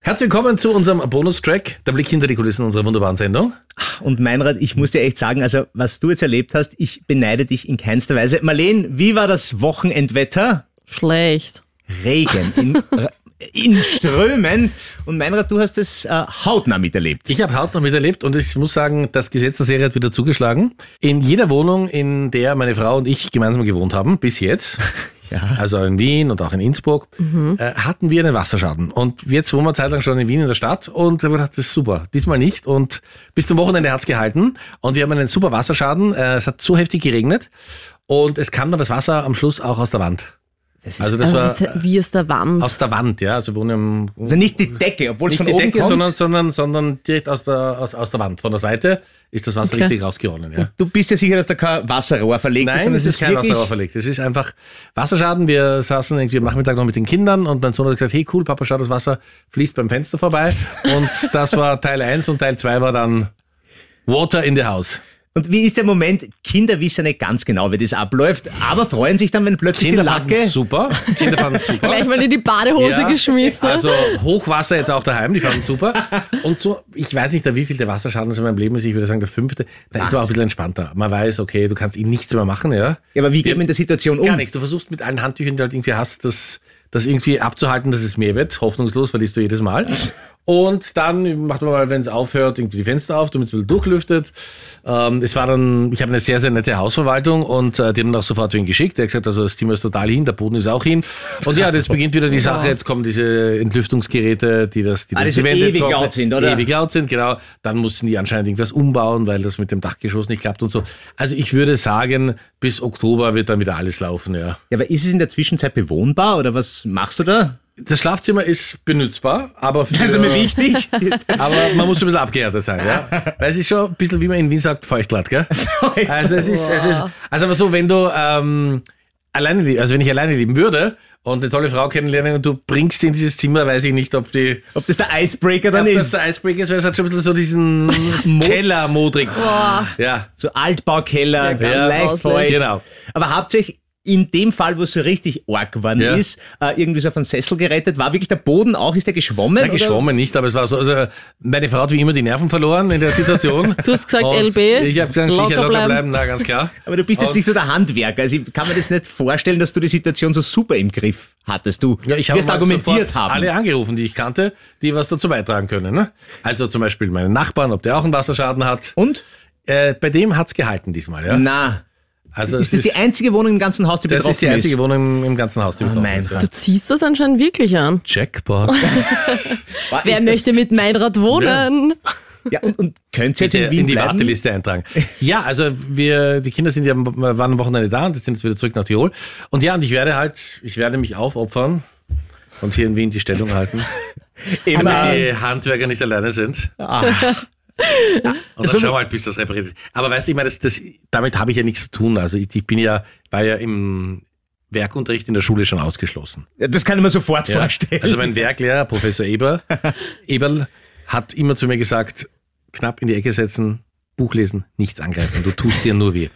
Herzlich willkommen zu unserem Bonustrack, der Blick hinter die Kulissen unserer wunderbaren Sendung. Und Meinrad, ich muss dir echt sagen, also was du jetzt erlebt hast, ich beneide dich in keinster Weise. Marleen, wie war das Wochenendwetter? Schlecht. Regen in, in Strömen. Und Meinrad, du hast es äh, hautnah miterlebt. Ich habe hautnah miterlebt und ich muss sagen, das Gesetz der Serie hat wieder zugeschlagen. In jeder Wohnung, in der meine Frau und ich gemeinsam gewohnt haben, bis jetzt, also in Wien und auch in Innsbruck, Mhm. äh, hatten wir einen Wasserschaden. Und jetzt wohnen wir eine Zeit lang schon in Wien in der Stadt und haben gedacht, das ist super. Diesmal nicht. Und bis zum Wochenende hat's gehalten. Und wir haben einen super Wasserschaden. Äh, es hat so heftig geregnet. Und es kam dann das Wasser am Schluss auch aus der Wand. Das ist Also das Also war wie- wie ist der Wand? aus der Wand, ja. Also wir wohnen im also nicht die Decke, obwohl es Nicht von die oben Decke, kommt. sondern, sondern, sondern direkt aus der, aus, aus der Wand. Von der Seite ist das Wasser Okay. richtig rausgeronnen. Ja. du bist ja sicher, dass da kein Wasserrohr verlegt ist. Nein, sondern es ist kein wirklich- Wasserrohr verlegt. Es ist einfach Wasserschaden. Wir saßen irgendwie am Nachmittag noch mit den Kindern und mein Sohn hat gesagt, hey cool, Papa, schau, das Wasser fließt beim Fenster vorbei. Und das war Teil 1 und Teil 2 war dann Water in the House. Und wie ist der Moment? Kinder wissen nicht ganz genau, wie das abläuft, aber freuen sich dann, wenn plötzlich Kinder die fanden Lacke... super. Kinder fanden super. Gleich mal in die Badehose Ja. geschmissen. Also Hochwasser jetzt auch daheim, die fanden super. Und so, ich weiß nicht, der wievielte Wasserschaden es in meinem Leben ist, ich würde sagen der fünfte. Da ist man auch ein bisschen entspannter. Man weiß, okay, du kannst ihn nichts mehr machen, ja. Ja, aber wie geht man in der Situation um? Gar nichts. Du versuchst mit allen Handtüchern, die du halt irgendwie hast, das, das irgendwie abzuhalten, dass es mehr wird. Hoffnungslos verlierst du jedes Mal. Und dann macht man mal, wenn es aufhört, irgendwie die Fenster auf, damit es ein bisschen durchlüftet. Ähm, es war dann, ich habe eine sehr, sehr nette Hausverwaltung und äh, die haben dann auch sofort wen geschickt. Der hat gesagt, also das Team ist total hin, der Boden ist auch hin. Und ja, jetzt beginnt wieder die Sache, jetzt kommen diese Entlüftungsgeräte, die das, die Ah, das die so Event ewig entsorgen. laut sind, oder? Ewig laut sind, genau. Dann mussten die anscheinend irgendwas umbauen, weil das mit dem Dachgeschoss nicht klappt und so. Also ich würde sagen, bis Oktober wird dann wieder alles laufen, ja. Ja, aber ist es in der Zwischenzeit bewohnbar oder was machst du da? Das Schlafzimmer ist benützbar, aber für, Also wichtig. aber man muss schon ein bisschen abgehärtet sein, ja. Weil es ist schon ein bisschen, wie man in Wien sagt, feuchtlatt, gell? Also es ist, es ist, also aber so, wenn du ähm, alleine, lie- also wenn ich alleine leben würde und eine tolle Frau kennenlernen und du bringst sie in dieses Zimmer, weiß ich nicht, ob die Ob das der Icebreaker dann ob das ist? der Icebreaker ist, weil es hat schon ein bisschen so diesen Kellermodrig. Ja. so Altbaukeller, ja, leicht feucht. Genau. Aber hauptsächlich in dem Fall, wo es so richtig arg geworden Ja. ist, äh, irgendwie so auf einen Sessel gerettet, war wirklich der Boden auch, ist der geschwommen? Nein, geschwommen nicht, aber es war so, also meine Frau hat wie immer die Nerven verloren in der Situation. Du hast gesagt, Und LB, Ich habe gesagt, locker sicher locker bleiben. bleiben. na ganz klar. Oder? Aber du bist jetzt Und- nicht so der Handwerker, also ich kann mir das nicht vorstellen, dass du die Situation so super im Griff hattest. Du Ja, ich habe wirst mal argumentiert sofort haben. alle angerufen, die ich kannte, die was dazu beitragen können. Ne? Also zum Beispiel meinen Nachbarn, ob der auch einen Wasserschaden hat. Und? Äh, bei dem hat's gehalten diesmal. Ja? Na, Also ist das es die einzige Wohnung im ganzen Haus, die das betroffen ist die einzige Wohnung im, im ganzen Haus, die Oh betroffen mein ist. Gott. Du ziehst das anscheinend wirklich an. Jackpot. Boah, ist Wer das- möchte mit Meinrad wohnen? Ja, und, und könnt ihr jetzt in Bitte Wien in die bleiben? Warteliste eintragen. Ja, also wir, die Kinder sind ja, am- waren am Wochenende da und jetzt sind jetzt wieder zurück nach Tirol. Und ja, und ich werde halt, ich werde mich aufopfern und hier in Wien die Stellung halten, Immer. Ah. damit die Handwerker nicht alleine sind. Und dann So- schauen wir halt, bis das repariert ist. Aber weißt du, ich meine, das, das, damit habe ich ja nichts zu tun. Also ich, ich bin ja, war ja im Werkunterricht in der Schule schon ausgeschlossen. Ja, Das kann ich mir sofort Ja. vorstellen. Also mein Werklehrer, Professor Eber, Eberl, hat immer zu mir gesagt, knapp in die Ecke setzen, Buch lesen, nichts angreifen, du tust dir nur weh.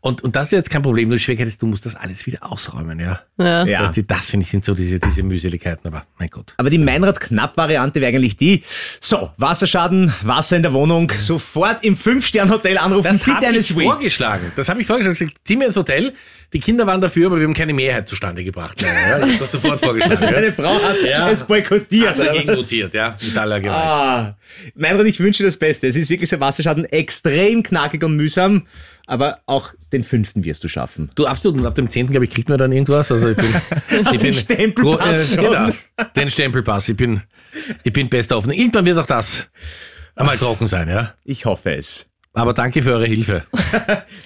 Und, und das ist jetzt kein Problem, nur die Schwierigkeit ist, du musst das alles wieder ausräumen, ja. Ja. Ja. Das, das finde ich sind so diese, diese Mühseligkeiten, aber mein Gott. Aber die Meinrad-Knapp-Variante wäre eigentlich die, so, Wasserschaden, Wasser in der Wohnung, sofort im Fünf-Stern-Hotel anrufen, Das bitte habe eine ich Suite. vorgeschlagen. Das habe ich vorgeschlagen. Ich hab Gesagt, zieh mir ins Hotel. Die Kinder waren dafür, aber wir haben keine Mehrheit zustande gebracht. leider, Ja, ich habe das sofort Also vorgeschlagen. meine Frau hat Ja. es boykottiert. ja. Dagegen oder was? notiert, ja. Mit aller Gewalt. Ah, Meinrad, ich wünsche dir das Beste. Es ist wirklich der Wasserschaden extrem knackig und mühsam, aber auch den fünften wirst du schaffen. Du absolut. Und ab dem 10. glaube ich, kriegt man dann irgendwas. Also ich bin, ich den Stempelpass schon? Genau, den Stempelpass. Ich bin, ich bin bester offen. Irgendwann wird auch das einmal trocken sein, ja. Ich hoffe es. Aber danke für eure Hilfe.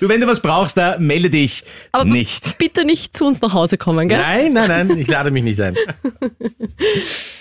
Du, wenn du was brauchst, da melde dich Aber b- nicht. Bitte nicht zu uns nach Hause kommen, gell? Nein, nein, nein, ich lade mich nicht ein.